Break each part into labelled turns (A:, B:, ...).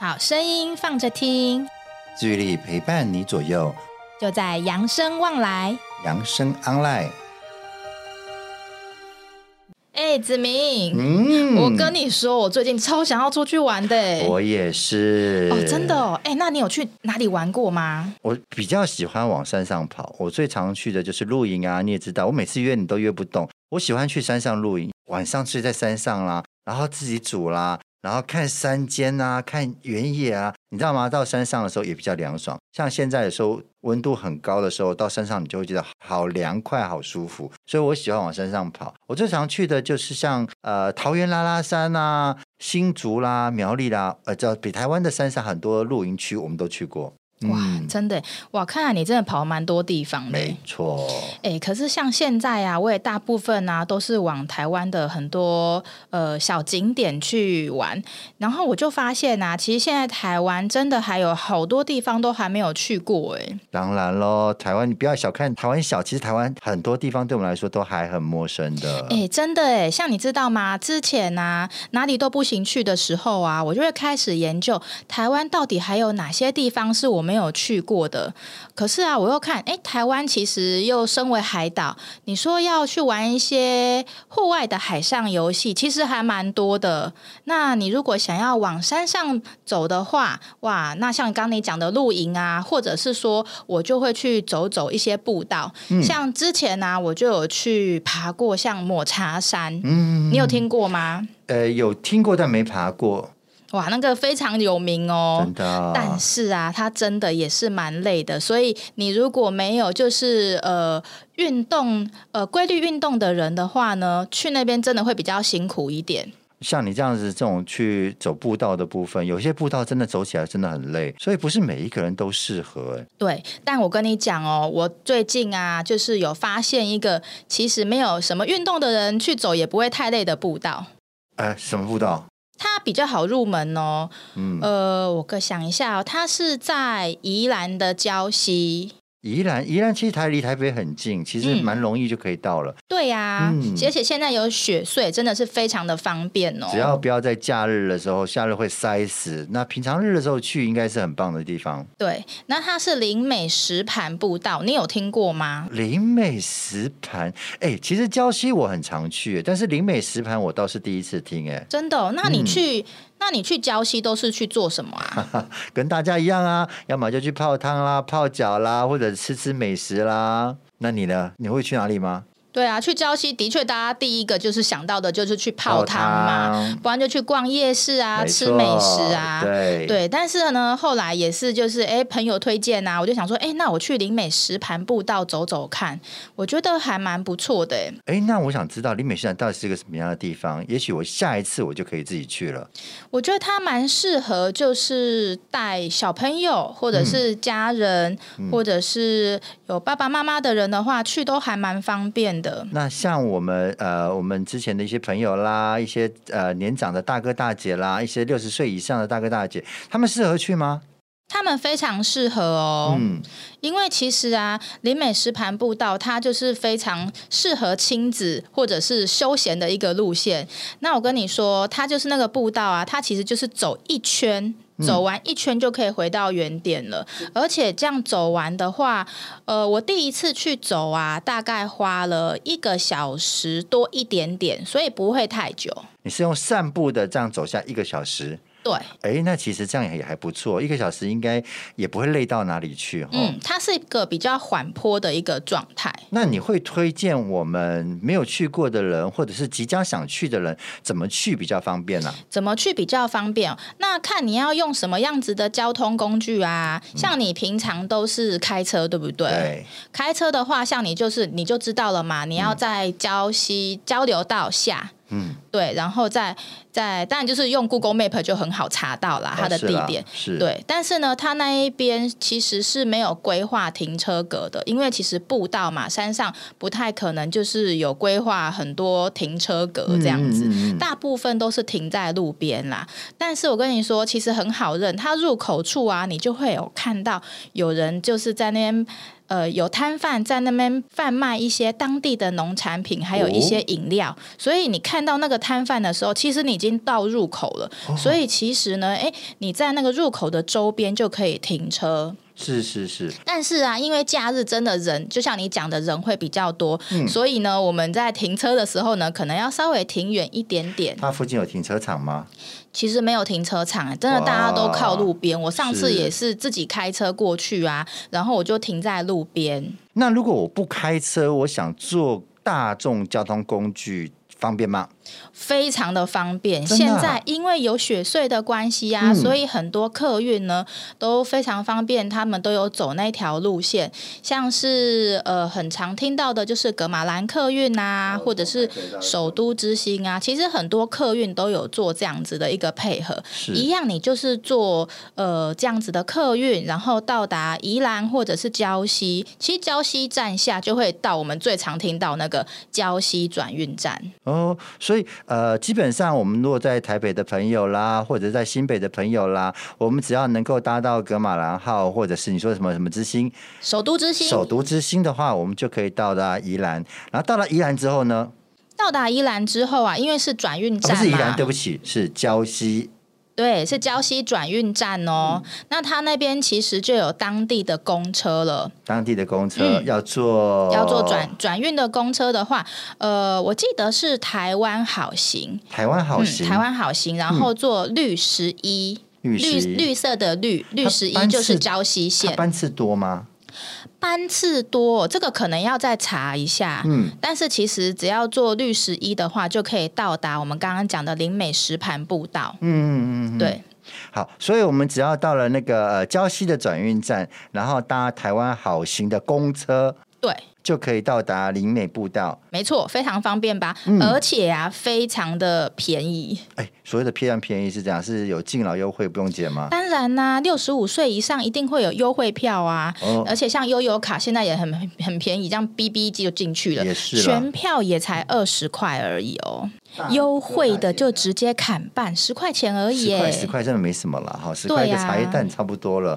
A: 好声音放着听，
B: 距离陪伴你左右，
A: 就在扬声望来。
B: 扬声 online。
A: 哎、子明，
B: 嗯
A: 我跟你说，我最近超想要出去玩的、哎
B: 我也是
A: 哦，真的哦，哎、那你有去哪里玩过吗？
B: 我比较喜欢往山上跑。我最常去的就是露营啊，你也知道，我每次约你都约不动。我喜欢去山上露营，晚上睡在山上啦，然后自己煮啦，然后看山间啊，看原野啊，你知道吗？到山上的时候也比较凉爽。像现在的时候，温度很高的时候，到山上你就会觉得好凉快、好舒服。所以我喜欢往山上跑。我最常去的就是像呃桃园拉拉山啊、新竹啦、苗栗啦，呃，叫北台湾的山上很多露营区，我们都去过。
A: 哇，
B: 嗯
A: 真的，哇，看来你真的跑蛮多地方的。
B: 没错，
A: 哎、可是像现在啊，我也大部分啊都是往台湾的很多呃小景点去玩，然后我就发现啊，其实现在台湾真的还有好多地方都还没有去过哎、
B: 当然喽，台湾你不要小看台湾小，其实台湾很多地方对我们来说都还很陌生的。
A: 哎、真的哎，像你知道吗？之前啊，哪里都不行去的时候啊，我就会开始研究台湾到底还有哪些地方是我没有去过的。可是啊，我又看，哎、台湾其实又身为海岛，你说要去玩一些户外的海上游戏，其实还蛮多的。那你如果想要往山上走的话，哇，那像刚你讲的露营啊，或者是说我就会去走走一些步道，
B: 嗯
A: 像之前呢、啊，我就有去爬过像抹茶山，
B: 嗯，
A: 你有听过吗？
B: 呃，有听过但没爬过，
A: 哇，那个非常有名哦
B: 真。的。
A: 但是啊，它真的也是蛮累的，所以你如果没有就是呃运动呃规律运动的人的话呢，去那边真的会比较辛苦一点。
B: 像你这样子，这种去走步道的部分，有些步道真的走起来真的很累，所以不是每一个人都适合、哎
A: 对，但我跟你讲哦，我最近啊，就是有发现一个其实没有什么运动的人去走也不会太累的步道，
B: 呃，什么步道？
A: 它比较好入门哦。
B: 嗯，
A: 呃，我个想一下、哦，它是在宜兰的礁溪。
B: 宜兰，宜兰其实台离台北很近，其实
A: 嗯哦
B: 蛮容易就可以到了，
A: 对呀、
B: 嗯
A: 而且现在有雪隧，真的是非常的方便哦。
B: 只要不要在假日的时候，假日会塞死。那平常日的时候去，应该是很棒的地方。
A: 对，那它是林美石盘步道，你有听过吗？
B: 林美石盘，哎、其实礁溪我很常去，但是林美石盘我倒是第一次听，哎，
A: 真的哦、那你去，那你去礁溪都是去做什么啊？
B: 跟大家一样啊，要么就去泡汤啦、泡脚啦，或者吃吃美食啦。那你呢？你会去哪里吗？
A: 对啊，去礁溪的确，大家第一个就是想到的就是去泡汤
B: 泡
A: 嘛
B: 汤，
A: 不然就去逛夜市啊，
B: 没
A: 吃
B: 错
A: 美食啊。
B: 对，
A: 对，但是呢，后来也是就是哎，朋友推荐啊，我就想说，哎，那我去林美石盘步道走走看，我觉得还蛮不错的。哎
B: 哎，那我想知道林美石盘到底是个什么样的地方？也许我下一次我就可以自己去了。
A: 我觉得它蛮适合，就是带小朋友或
B: 嗯
A: 者是家人，或者是有爸爸妈妈的人的话，去都还蛮方便的。
B: 那像我们呃，我们之前的一些朋友啦，一些呃年长的大哥大姐啦，一些六十岁以上的大哥大姐，他们适合去吗？
A: 他们非常适合哦，
B: 嗯，
A: 因为其实啊，林美石盘步道它就是非常适合亲子或者是休闲的一个路线。那我跟你说，它就是那个步道啊，它其实就是走一圈。走完一圈就可以回到原点了，而且这样走完的话，呃，我第一次去走啊，大概花了一个小时多一点点，所以不会太久。
B: 你是用散步的这样走下一个小时，
A: 对，
B: 哎，那其实这样也还不错，一个小时应该也不会累到哪里去哈、哦
A: 嗯，它是一个比较缓坡的一个状态。
B: 那你会推荐我们没有去过的人，或者是即将想去的人，怎么去比较方便呢、啊
A: 怎么去比较方便哦？那看你要用什么样子的交通工具啊？像你平常都是开车，对不对？
B: 嗯对，
A: 开车的话，像你就是你就知道了嘛，你要在礁溪交流道下，
B: 嗯，
A: 对，然后再再当然就是用 Google Map 就很好查到啦，它的
B: 哦是
A: 地
B: 啦
A: 点。
B: 是，
A: 对，但是呢，它那一边其实是没有规划停车格的，因为其实步道嘛，山上不太可能就是有规划很多停车格这样子，
B: 嗯嗯嗯嗯
A: 大部分都是停在路边啦。但是我跟你说，其实很好认，它入口处啊，你就会有看到有人就是在那边。呃有摊贩在那边贩卖一些当地的农产品，还有一些饮料，所以你看到那个摊贩的时候，其实你已经到入口了，所以其实呢，哎，你在那个入口的周边就可以停车。
B: 是是是，
A: 但是啊，因为假日真的人，就像你讲的人会比较多，所以呢，我们在停车的时候呢，可能要稍微停远一点点。
B: 它附近有停车场吗？
A: 其实没有停车场，欸真的
B: 哇
A: 大家都靠路边。我上次
B: 是
A: 也是自己开车过去啊，然后我就停在路边。
B: 那如果我不开车，我想坐大众交通工具方便吗？
A: 非常的方便。
B: 真的啊
A: 现在因为有雪隧的关系啊，
B: 嗯
A: 所以很多客运呢都非常方便，他们都有走那条路线，像是呃很常听到的就是格马兰客运啊，或者是首都之星啊，其实很多客运都有做这样子的一个配合。一
B: 是
A: 样，你就是坐呃这样子的客运，然后到达宜兰或者是礁溪。其实礁溪站下就会到我们最常听到那个礁溪转运站。
B: 哦，所以呃，基本上我们如果在台北的朋友啦，或者在新北的朋友啦，我们只要能够搭到格马兰号，或者是你说什么什么之星、
A: 首都之星，
B: 首都之星的话，我们就可以到达宜兰。然后到了宜兰之后呢，
A: 到达宜兰之后啊，因为是转运
B: 啊、不
A: 站
B: 是宜
A: 嘛，
B: 兰，对不起，是礁溪。
A: 对是礁溪转运站哦。
B: 嗯
A: 那它那边其实就有当地的公车了。
B: 当地的公车要坐、
A: 要做转转运的公车的话，呃，我记得是台湾好行，
B: 台湾好行，嗯
A: 嗯，台湾好行，然后坐绿十一。绿
B: 绿十一
A: 绿色的绿绿
B: 它
A: 十一
B: 班
A: 就
B: 次
A: 是礁溪
B: 它
A: 线，
B: 班次多吗？
A: 班次多，这个可能要再查一下。
B: 嗯，
A: 但是其实只要坐绿十一的话，就可以到达我们刚刚讲的林美石盘步道。
B: 嗯嗯嗯，嗯，
A: 对，
B: 好，所以我们只要到了那个呃礁溪的转运站，然后搭台湾好行的公车，
A: 对，
B: 就可以到达林美步道。
A: 没错，非常方便吧？
B: 嗯
A: 而且啊，非常的便宜。
B: 哎，所谓的批量便宜是这样，是有敬老优惠不用减吗？
A: 当然啦、6六十五岁以上一定会有优惠票啊。
B: 哦，
A: 而且像悠游卡现在也很很很便宜，这样 B B 机就进去了
B: 也，是啦
A: 全票也才二十块而已哦，优惠的就直接砍半，十块钱而已
B: 十
A: 耶
B: 块，十块真的没什么了哈，十块一个
A: 对呀
B: 茶叶蛋差不多了。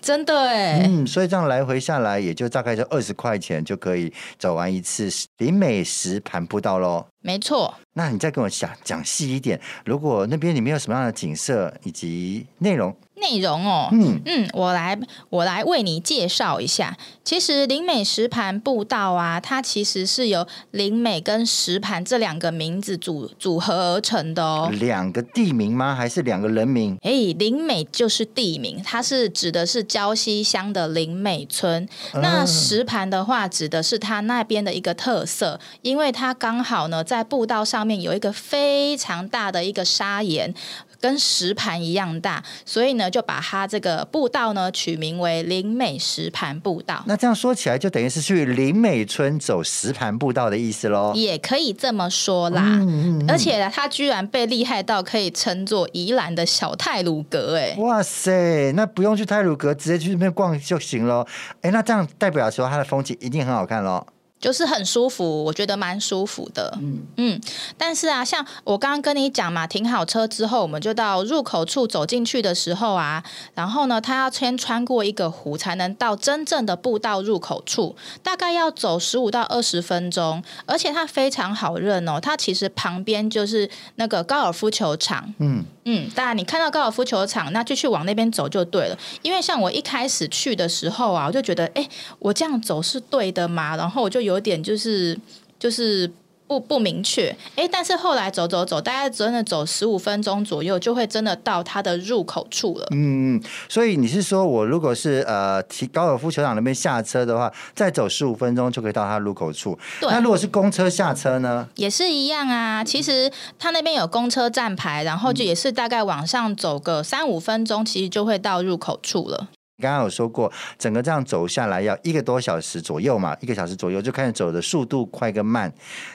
A: 真的哎，
B: 嗯，所以这样来回下来，也就大概就二十块钱就可以走完一次林美食盘步道喽。
A: 没错。
B: 那你再跟我讲讲细一点，如果那边里面有什么样的景色以及内容？
A: 内容哦，
B: 嗯，
A: 嗯，我来我来为你介绍一下。其实林美石盘步道啊，它其实是由林美跟石盘这两个名字组组合而成的哦。
B: 两个地名吗？还是两个人名？
A: 诶，林美就是地名，它是指的是礁溪乡的林美村。
B: 啊
A: 那石盘的话，指的是它那边的一个特色，因为它刚好呢在步道上面有一个非常大的一个砂岩，跟石盘一样大，所以呢就把它这个步道呢取名为林美石盘步道，
B: 那这样说起来，就等于是去林美村走石盘步道的意思喽。
A: 也可以这么说啦。
B: 嗯
A: 而且呢，它居然被厉害到可以称作宜兰的小泰鲁阁，诶。
B: 哇塞，那不用去泰鲁阁，直接去那边逛就行喽。哎，那这样代表说它的风景一定很好看喽。
A: 就是很舒服，我觉得蛮舒服的。嗯但是啊，像我刚刚跟你讲嘛，停好车之后，我们就到入口处走进去的时候啊，然后呢，它要先穿过一个湖，才能到真正的步道入口处，大概要走十五到二十分钟，而且它非常好认哦，它其实旁边就是那个高尔夫球场，
B: 嗯，
A: 嗯，当然你看到高尔夫球场，那继续往那边走就对了。因为像我一开始去的时候啊，我就觉得，哎，我这样走是对的吗？然后我就有点就是就是不不明确。哎，但是后来走走走，大概真的走十五分钟左右，就会真的到它的入口处了。
B: 嗯，所以你是说我如果是呃提高尔夫球场那边下车的话，再走十五分钟就可以到它入口处。
A: 对
B: 那如果是公车下车呢？
A: 也是一样啊。其实它那边有公车站牌，然后就也是大概往上走个三五分钟，其实就会到入口处了。
B: 刚刚有说过，整个这样走下来要一个多小时左右嘛，一个小时左右就看走的速度快跟慢。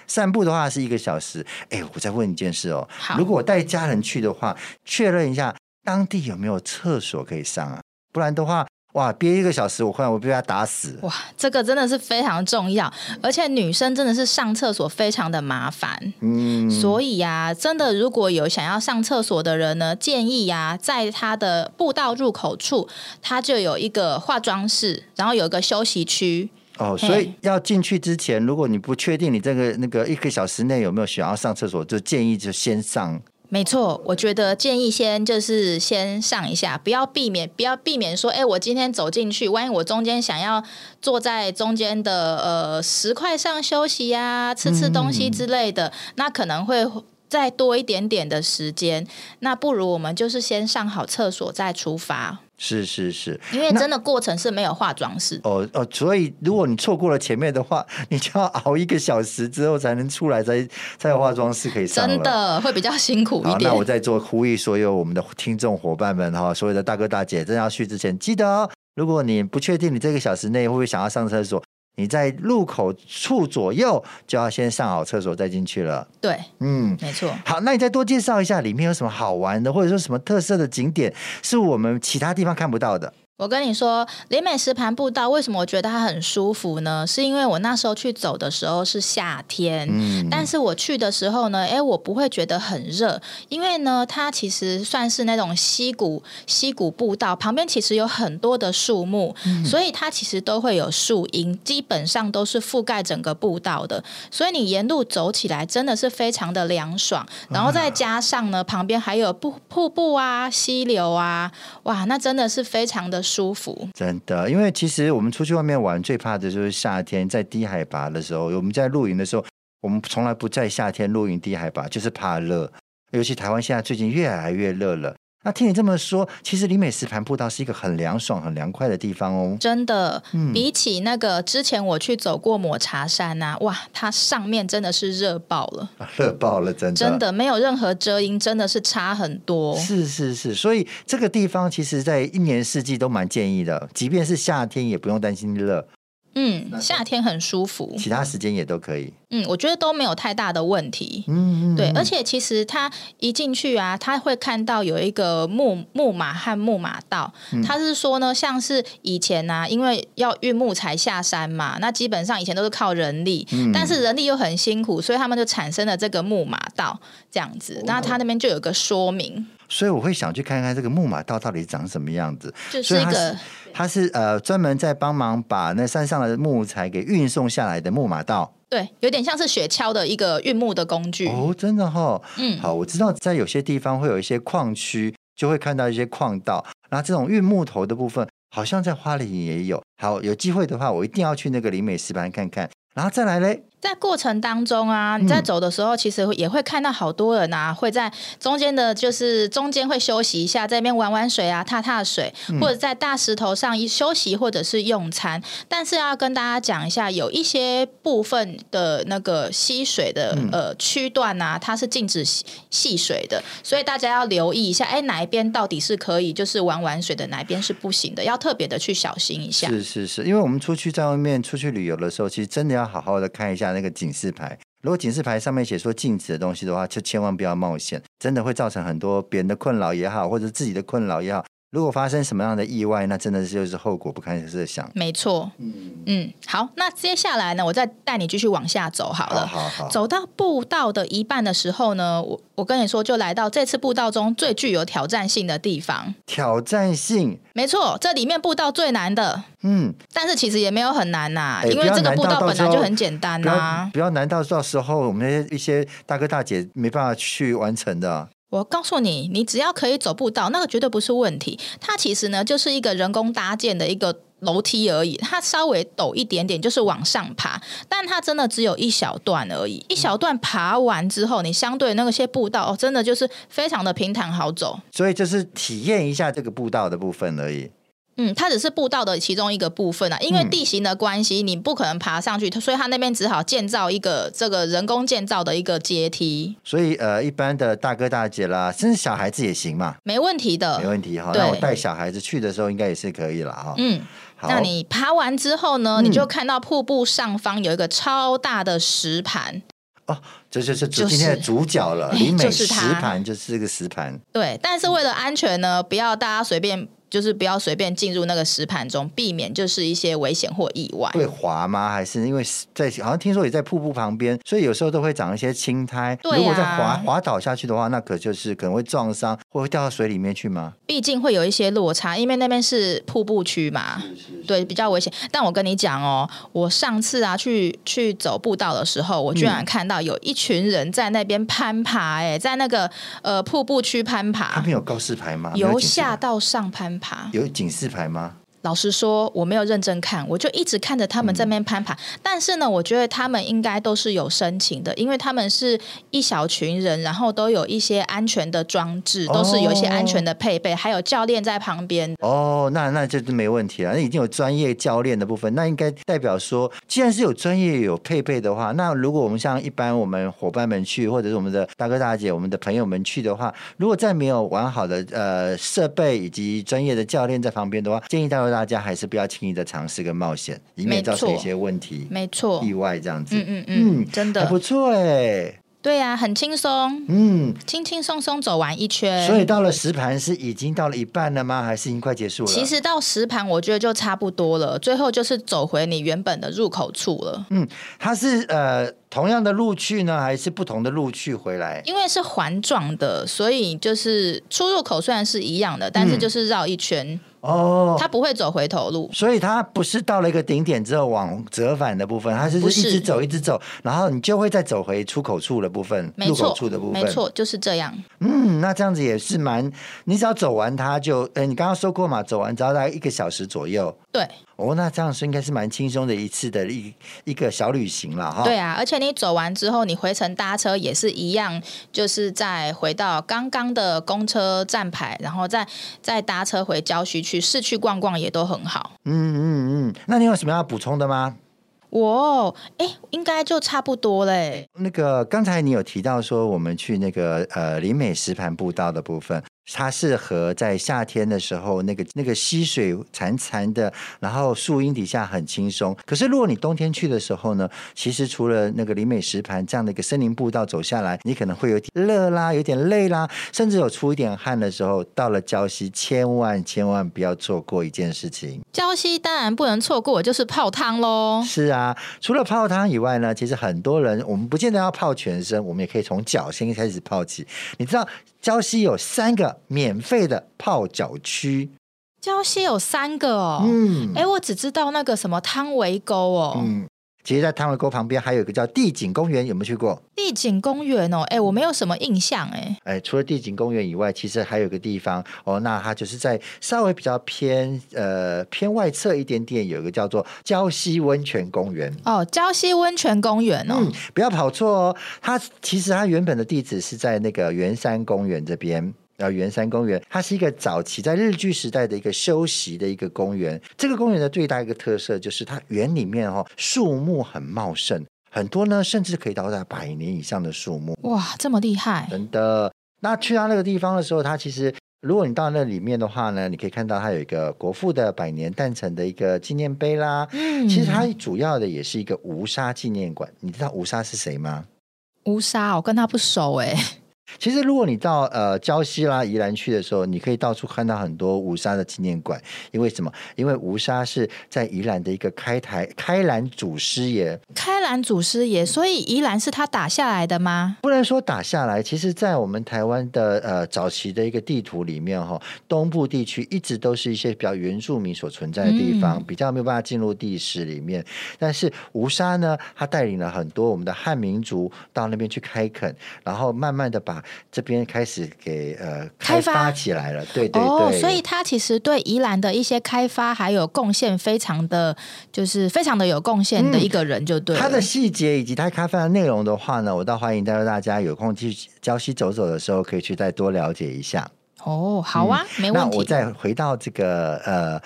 B: 散步的话是一个小时。哎，我再问一件事哦，
A: 好
B: 如果我带家人去的话，确认一下当地有没有厕所可以上啊？不然的话，哇，憋一个小时，我快我被他打死了。
A: 哇，这个真的是非常重要，而且女生真的是上厕所非常的麻烦，
B: 嗯，
A: 所以呀、真的如果有想要上厕所的人呢，建议呀、在他的步道入口处，它就有一个化妆室，然后有一个休息区。
B: 哦，
A: 嘿
B: 所以要进去之前，如果你不确定你这个那个一个小时内有没有想要上厕所，就建议就先上。
A: 没错，我觉得建议先就是先上一下，不要避免，不要避免说，哎，我今天走进去，万一我中间想要坐在中间的呃石块上休息呀、吃吃东西之类的，那可能会再多一点点的时间。那不如我们就是先上好厕所再出发，
B: 是是是，
A: 因为真的过程是没有化妆室的。
B: 哦哦，所以如果你错过了前面的话，你就要熬一个小时之后才能出来才，才有化妆室可以上了。
A: 真的会比较辛苦一
B: 好，
A: 点
B: 那。我再做呼吁，所有我们的听众伙伴们哈，所有的大哥大姐，真的要去之前，记得哦，如果你不确定你这个小时内会不会想要上厕所，你在入口处左右就要先上好厕所再进去了。
A: 对，
B: 嗯，
A: 没错。
B: 好，那你再多介绍一下里面有什么好玩的，或者说什么特色的景点是我们其他地方看不到的？
A: 我跟你说，林美石盘步道为什么我觉得它很舒服呢？是因为我那时候去走的时候是夏天，
B: 嗯，
A: 但是我去的时候呢，诶，我不会觉得很热，因为呢，它其实算是那种溪谷溪谷步道，旁边其实有很多的树木，所以它其实都会有树荫，基本上都是覆盖整个步道的，所以你沿路走起来真的是非常的凉爽，然后再加上呢，旁边还有瀑瀑布啊、溪流啊，哇，那真的是非常的舒服。
B: 真的，因为其实我们出去外面玩，最怕的就是夏天在低海拔的时候。我们在露营的时候，我们从来不在夏天露营低海拔，就是怕热。尤其台湾现在最近越来越热了。那听你这么说，其实离美石盘步道是一个很凉爽、很凉快的地方哦。
A: 真的，
B: 嗯
A: 比起那个之前我去走过抹茶山呐、哇，它上面真的是热爆了。
B: 热爆了，真的，哦
A: 真的没有任何遮阴，真的是差很多。
B: 是是是，所以这个地方其实在一年四季都蛮建议的，即便是夏天也不用担心热，
A: 嗯，夏天很舒服。
B: 其他时间也都可以。
A: 嗯，我觉得都没有太大的问题。
B: 嗯，嗯
A: 对，
B: 嗯
A: 而且其实他一进去啊，他会看到有一个木木马和木马道。
B: 嗯
A: 他是说呢，像是以前呐、啊，因为要运木材下山嘛，那基本上以前都是靠人力，
B: 嗯
A: 但是人力又很辛苦，所以他们就产生了这个木马道这样子。那他那边就有个说明，
B: 所以我会想去看看这个木马道到底长什么样子。
A: 就是
B: 所以
A: 一
B: 它
A: 个
B: 是它是呃专门在帮忙把那山上的木材给运送下来的木马道。
A: 对，有点像是雪橇的一个运木的工具。
B: 哦，真的哈、哦。
A: 嗯，
B: 好，我知道在有些地方会有一些矿区，就会看到一些矿道。然后这种运木头的部分，好像在花莲也有。好，有机会的话，我一定要去那个林美石盘看看。然后再来嘞，
A: 在过程当中啊，你在走的时候，其实也会看到好多人啊，会在中间的，就是中间会休息一下，在那边玩玩水啊，踏踏水，或者在大石头上一休息，或者是用餐。但是要跟大家讲一下，有一些部分的那个溪水的、呃区段啊，它是禁止戏戏水的，所以大家要留意一下，哎，哪一边到底是可以就是玩玩水的，哪一边是不行的，要特别的去小心一下。
B: 是是是，因为我们出去在外面出去旅游的时候，其实真的要好好的看一下那个警示牌。如果警示牌上面写说禁止的东西的话，就千万不要冒险，真的会造成很多别人的困扰也好，或者自己的困扰也好。如果发生什么样的意外，那真的就是后果不堪设想。
A: 没错，嗯，好，那接下来呢，我再带你继续往下走好
B: 好
A: 了。
B: 好好，
A: 走到步道的一半的时候呢，我我跟你说，就来到这次步道中最具有挑战性的地方。
B: 挑战性，
A: 没错，这里面步道最难的，
B: 嗯，
A: 但是其实也没有很难呐、
B: 哎
A: 因为这个步道本来就很简单
B: 不
A: 呐、
B: 要、不要难到到时候我们那些一些大哥大姐没办法去完成的啊。
A: 我告诉你，你只要可以走步道，那个绝对不是问题。它其实呢，就是一个人工搭建的一个楼梯而已，它稍微陡一点点，就是往上爬，但它真的只有一小段而已。一小段爬完之后，你相对那些步道，哦，真的就是非常的平坦好走。
B: 所以就是体验一下这个步道的部分而已。
A: 嗯，它只是步道的其中一个部分啊，因为
B: 嗯
A: 地形的关系，你不可能爬上去，所以它那边只好建造一个这个人工建造的一个阶梯，
B: 所以呃，一般的大哥大姐啦，甚至小孩子也行嘛，
A: 没问题
B: 没
A: 的。
B: 问题哈。
A: 对
B: 那我带小孩子去的时候，应该也是可以了哈。
A: 嗯。
B: 好，嗯
A: 那你爬完之后呢，你就看到瀑布上方有一个超大的石盘，
B: 这就是
A: 就
B: 主
A: 是
B: 今天的主角了，
A: 哎
B: 李美
A: 就是
B: 石
A: 他
B: 盘就是这个石盘。嗯
A: 对。但是为了安全呢，不要大家随便就是不要随便进入那个石盘中，避免就是一些危险或意外。
B: 会滑吗？还是因为在好像听说也在瀑布旁边，所以有时候都会长一些青苔。
A: 对啊
B: 如果再滑滑倒下去的话，那可就是可能会撞伤，或会掉到水里面去吗？
A: 毕竟会有一些落差，因为那边是瀑布区嘛，对，比较危险。但我跟你讲哦，我上次啊去去走步道的时候，我居然看到有一群人在那边攀爬、哎、在那个呃瀑布区攀
B: 他
A: 爬
B: 们，有告示牌吗？没有
A: 由
B: 警示
A: 啊下
B: 牌
A: 到上攀爬。
B: 有警示牌吗？
A: 老实说，我没有认真看，我就一直看着他们在那边
B: 嗯
A: 攀爬。但是呢，我觉得他们应该都是有申请的，因为他们是一小群人，然后都有一些安全的装置，
B: 哦
A: 都是有一些安全的配备，还有教练在旁边。
B: 哦，那那就是没问题了。啊那已经有专业教练的部分，那应该代表说，既然是有专业有配备的话，那如果我们像一般我们伙伴们去，或者是我们的大哥大姐、我们的朋友们去的话，如果再没有完好的呃设备以及专业的教练在旁边的话，建议大哥大家还是不要轻易的尝试跟冒险，以免
A: 没
B: 造成
A: 错
B: 一些问题、
A: 没错，
B: 意外这样子。
A: 嗯嗯嗯，真
B: 还
A: 的，
B: 不错哎，
A: 对呀、很轻松，
B: 嗯。
A: 轻轻松松走完一圈。
B: 所以到了石盘是已经到了一半了吗？还是已经快结束了？
A: 其实到石盘，我觉得就差不多了。最后就是走回你原本的入口处了，
B: 它是呃同样的路去呢，还是不同的路去回来？
A: 因为是环状的，所以就是出入口虽然是一样的，但是
B: 嗯
A: 就是绕一圈。
B: 哦，
A: 他不会走回头路。
B: 所以它不是到了一个顶点之后往折返的部分，它是
A: 不
B: 一
A: 是
B: 直走一直走，然后你就会再走回出口处的部分，
A: 没
B: 入口
A: 错
B: 处的，部分。
A: 没错，就是这样。
B: 嗯，那这样子也是蛮，你只要走完它就，呃，你刚刚说过嘛，走完只要大概一个小时左右。
A: 对、
B: 哦，那这样是应该是蛮轻松的一次的一一个小旅行了哈。
A: 对啊，而且你走完之后，你回程搭车也是一样，就是再回到刚刚的公车站牌，然后再再搭车回郊区去市区逛逛，也都很好。
B: 嗯嗯嗯，那你有什么要补充的吗？
A: 我哎，应该就差不多嘞。
B: 那个刚才你有提到说，我们去那个呃林美石盘步道的部分，它适合在夏天的时候，那个那个溪水潺潺的，然后树荫底下很轻松。可是如果你冬天去的时候呢，其实除了那个林美石盘这样的一个森林步道走下来，你可能会有点热啦，有点累啦，甚至有出一点汗的时候，到了礁溪，千万千万不要错过一件事情。
A: 礁溪当然不能错过，就是泡汤喽。
B: 是啊，除了泡汤以外呢，其实很多人我们不见得要泡全身，我们也可以从脚先开始泡起。你知道礁溪有三个免费的泡脚区，
A: 礁溪有三个哦，
B: 嗯
A: 哎、我只知道那个什么汤围沟哦，
B: 嗯，其实，在汤围沟旁边还有一个叫地景公园，有没有去过？
A: 地景公园哦，哎、我没有什么印象哎。
B: 哎，除了地景公园以外，其实还有一个地方哦，那它就是在稍微比较偏呃偏外侧一点点，有一个叫做礁溪温泉公园。
A: 哦，礁溪温泉公园哦，
B: 嗯，不要跑错哦。它其实它原本的地址是在那个圆山公园这边。呃，圆山公园，它是一个早期在日据时代的一个休息的一个公园。这个公园的最大一个特色就是它园里面哦，树木很茂盛，很多呢，甚至可以到达百年以上的树木。
A: 哇，这么厉害！
B: 真的。那去到那个地方的时候，它其实如果你到那里面的话呢，你可以看到它有一个国父的百年诞辰的一个纪念碑啦。
A: 嗯
B: 其实它主要的也是一个吴沙纪念馆。你知道吴沙是谁吗？
A: 乌沙，我跟他不熟哎。
B: 其实如果你到呃礁溪啦、宜兰去的时候，你可以到处看到很多吴沙的纪念馆。因为什么？因为吴沙是在宜兰的一个开台开兰祖师爷，
A: 开兰祖师爷，所以宜兰是他打下来的吗？
B: 不能说打下来，其实，在我们台湾的呃早期的一个地图里面，哈，东部地区一直都是一些比较原住民所存在的地方，
A: 嗯
B: 比较没有办法进入地史里面。但是吴沙呢，他带领了很多我们的汉民族到那边去开垦，然后慢慢的把这边开始给呃
A: 开
B: 开
A: 发
B: 发起来了。对对对，
A: 哦，所以他其实对宜兰的一些开发还有贡献非常的，就是非常的有贡献的一个人，就对了。
B: 它嗯的细节以及它开发的内容的话呢，我倒欢迎带着大家有空去礁溪走走的时候，可以去再多了解一下。
A: 哦，好啊，没
B: 嗯那
A: 问
B: 我
A: 题。
B: 再回到这个呃。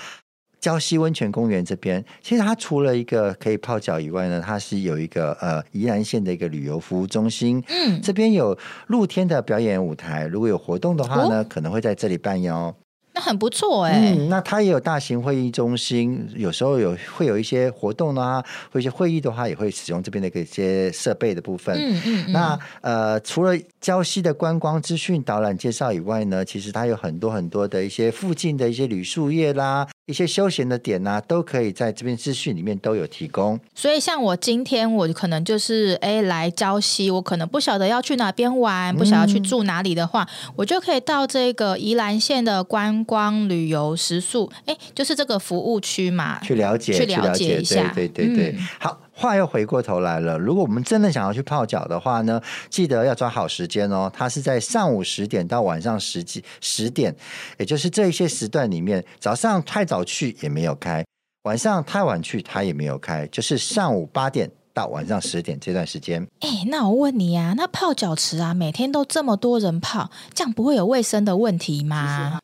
B: 礁溪温泉公园这边，其实它除了一个可以泡脚以外呢，它是有一个呃宜兰县的一个旅游服务中心，
A: 嗯，
B: 这边有露天的表演舞台，如果有活动的话
A: 哦
B: 呢，可能会在这里办哟。
A: 那很不错哎、
B: 嗯，那它也有大型会议中心，有时候有会有一些活动啊，或一些会议的话，也会使用这边的一个一些设备的部分。
A: 嗯嗯嗯，
B: 那呃，除了礁溪的观光资讯导览介绍以外呢，其实它有很多很多的一些附近的一些旅宿业啦，一些休闲的点呐、都可以在这边资讯里面都有提供。
A: 所以像我今天我可能就是哎来礁溪，我可能不晓得要去哪边玩，不晓得去住哪里的话，我就可以到这个宜兰县的观光旅游食宿，哎，就是这个服务区嘛。
B: 去了解，
A: 去了解一下
B: 对对对对。
A: 嗯
B: 好，话又回过头来了，如果我们真的想要去泡脚的话呢，记得要抓好时间哦。它是在上午十点到晚上十几十点，也就是这一些时段里面，早上太早去也没有开，晚上太晚去它也没有开，就是上午八点到晚上十点这段时间。
A: 哎，那我问你啊，那泡脚池啊，每天都这么多人泡，这样不会有卫生的问题吗？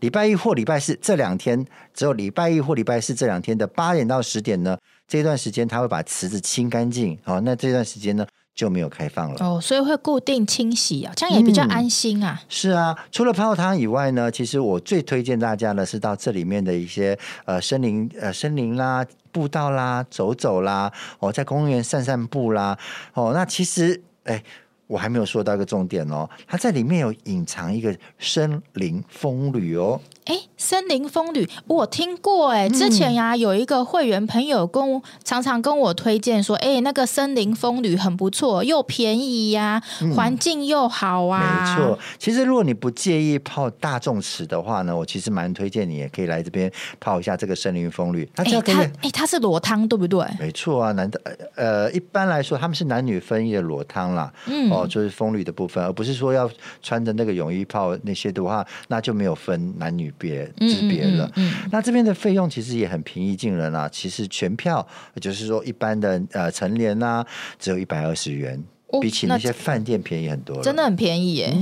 B: 礼拜一或礼拜四这两天，只有礼拜一或礼拜四这两天的八点到十点呢，这段时间它会把池子清干净，好、那这段时间呢就没有开放了。
A: 哦，所以会固定清洗啊，这样也比较
B: 嗯
A: 安心啊。
B: 是啊，除了泡汤以外呢，其实我最推荐大家呢是到这里面的一些呃森林呃森林啦、步道啦、走走啦，哦，在公园散散步啦，哦，那其实哎。我还没有说到一个重点哦，它在里面有隐藏一个森林风旅哦，
A: 哎，森林风旅我听过哎，
B: 嗯
A: 之前呀、有一个会员朋友跟我常常跟我推荐说，哎，那个森林风旅很不错，又便宜呀、环境又好啊。
B: 嗯没错，，其实如果你不介意泡大众池的话呢，我其实蛮推荐你也可以来这边泡一下这个森林风吕。它这
A: 哎，
B: 样可以
A: 它哎它是裸汤对不对？
B: 没错啊，男的呃呃，一般来说他们是男女分一的裸汤啦，
A: 嗯
B: 哦，就是风吕的部分，而不是说要穿着那个泳衣泡那些的话，那就没有分男女别之别了。
A: 嗯
B: 那这边的费用其实也很平易近人啦、其实全票也就是说一般的呃成年啦、只有一百二十元，
A: 哦
B: 比起
A: 那
B: 那些嗯饭店便宜很多了。
A: 真的很便宜耶。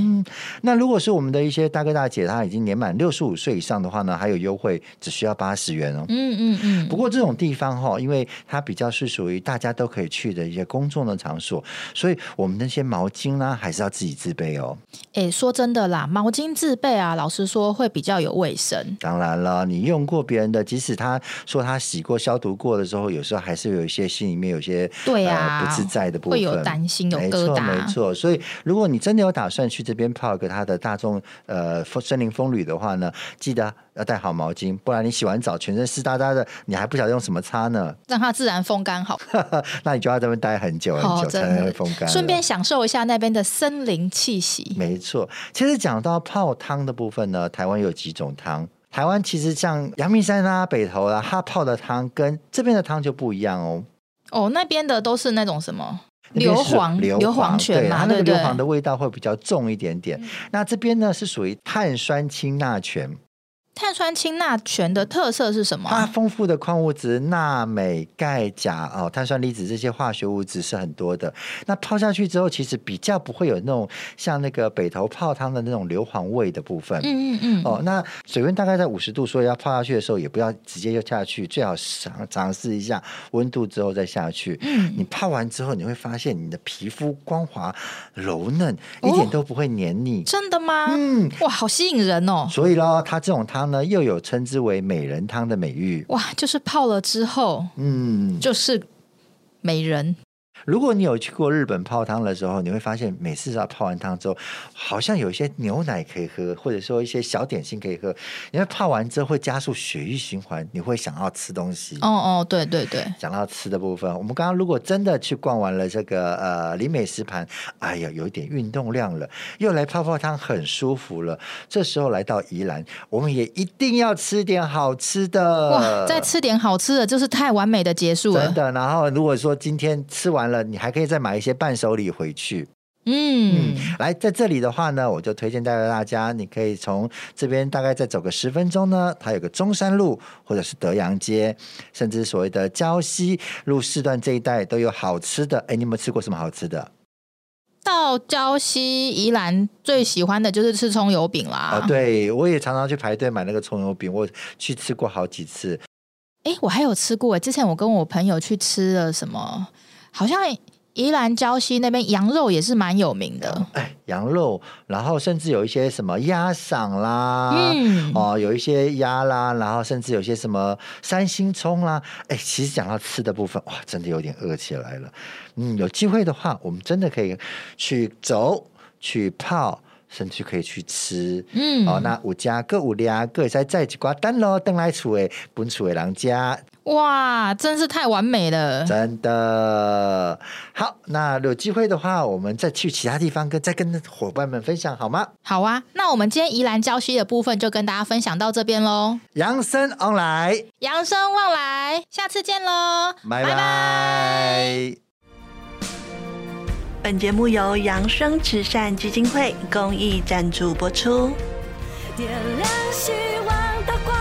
B: 那如果是我们的一些大哥大姐，他已经年满六十五岁以上的话呢，还有优惠，只需要八十元哦。
A: 嗯嗯嗯，
B: 不过这种地方哈、因为它比较是属于大家都可以去的一些公众的场所，所以我们那些毛巾啦、还是要自己自备哦。
A: 哎、说真的啦，毛巾自备啊，老实说会比较有卫生。
B: 当然了，你用过别人的，即使他说他洗过、消毒过的时候，有时候还是有一些心里面有一些
A: 对
B: 呃
A: 啊
B: 不自在的部分，
A: 会有担心有
B: 没
A: 疙
B: 错，
A: 瘩
B: 没错。所以，如果你真的有打算去这边泡一个它的大众呃风森林风旅的话呢，记得要带好毛巾，不然你洗完澡全身湿哒哒的，你还不晓得用什么擦呢，
A: 让它自然风干好，
B: 那你就要在这边待很久很
A: 好
B: 久
A: 真
B: 才会
A: 的
B: 风干。
A: 顺便。享受一下那边的森林气息。
B: 没错，其实讲到泡汤的部分呢，台湾有几种汤。台湾其实像阳明山啊、北投啊，它泡的汤跟这边的汤就不一样哦。
A: 哦，那边的都是那种什么
B: 那边
A: 硫
B: 是
A: 磺
B: 硫
A: 硫磺泉
B: 对
A: 嘛，
B: 它那
A: 对
B: 个
A: 不
B: 硫
A: 对？嗯
B: 磺的味道会比较重一点点。那这边呢是属于碳酸氢钠泉，
A: 碳酸氢钠泉的特色是什么
B: 它
A: 啊？
B: 丰富的矿物质钠、镁、钙、钾哦，碳酸离子这些化学物质是很多的。那泡下去之后，其实比较不会有那种像那个北投泡汤的那种硫磺味的部分。
A: 嗯嗯嗯，
B: 哦，那水温大概在五十度，所以要泡下去的时候，也不要直接就下去，最好尝尝试一下温度之后再下去。
A: 嗯
B: 你泡完之后，你会发现你的皮肤光滑柔嫩，
A: 哦
B: 一点都不会黏腻。
A: 真的吗？
B: 嗯，
A: 哇，好吸引人哦！
B: 所以咯，它这种汤呢，又有称之为美人汤的美誉。
A: 哇，就是泡了之后
B: 嗯，
A: 就是美人，
B: 如果你有去过日本泡汤的时候，你会发现每次要泡完汤之后，好像有一些牛奶可以喝，或者说一些小点心可以喝，因为泡完之后会加速血液循环，你会想要吃东西。
A: 哦哦，对对对，
B: 讲到吃的部分，我们刚刚如果真的去逛完了这个呃林美食盘，哎呀，有一点运动量了，又来泡泡汤，很舒服了。这时候来到宜兰，我们也一定要吃点好吃的。
A: 哇，再吃点好吃的，就是太完美的结束
B: 呃真
A: 了。
B: 的。然后如果说今天吃完了，你还可以再买一些伴手礼回去。嗯
A: 嗯，，
B: 来在这里的话呢，我就推荐带给大家，你可以从这边大概再走个十分钟呢，它有个中山路或者是德阳街，甚至所谓的礁溪路四段这一带都有好吃的。哎，你有没有吃过什么好吃的？
A: 到礁溪宜兰最喜欢的就是吃葱油饼啦。
B: 哦，，对我也常常去排队买那个葱油饼，我去吃过好几次。
A: 哎，我还有吃过，之前我跟我朋友去吃了什么，好像宜兰礁溪那边羊肉也是蛮有名的。
B: 哎，羊肉，然后甚至有一些什么鸭嗓啦，
A: 嗯
B: 哦，有一些鸭啦，然后甚至有些什么三星葱啦，哎，其实讲到吃的部分，哇，真的有点饿起来了。嗯，有机会的话，我们真的可以去走。去泡，甚至可以去吃。
A: 嗯，
B: 哦，那有家各有俩，各在再一寡等咯，等来厝诶，本厝诶人家，
A: 哇，真是太完美了。
B: 真的好。那有机会的话，我们再去其他地方跟再跟伙伴们分享好吗？
A: 好啊，那我们今天宜兰郊区的部分就跟大家分享到这边喽。
B: 养生 online，
A: 扬生望来，下次见喽，
B: 拜拜。
C: 本节目由扬生慈善基金会公益赞助播出。
D: 点亮希望的光，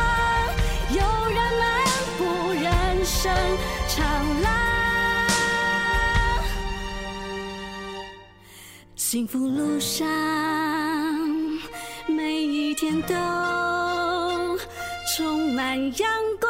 D: 有人漫步人生长廊，幸福路上每一天都充满阳光。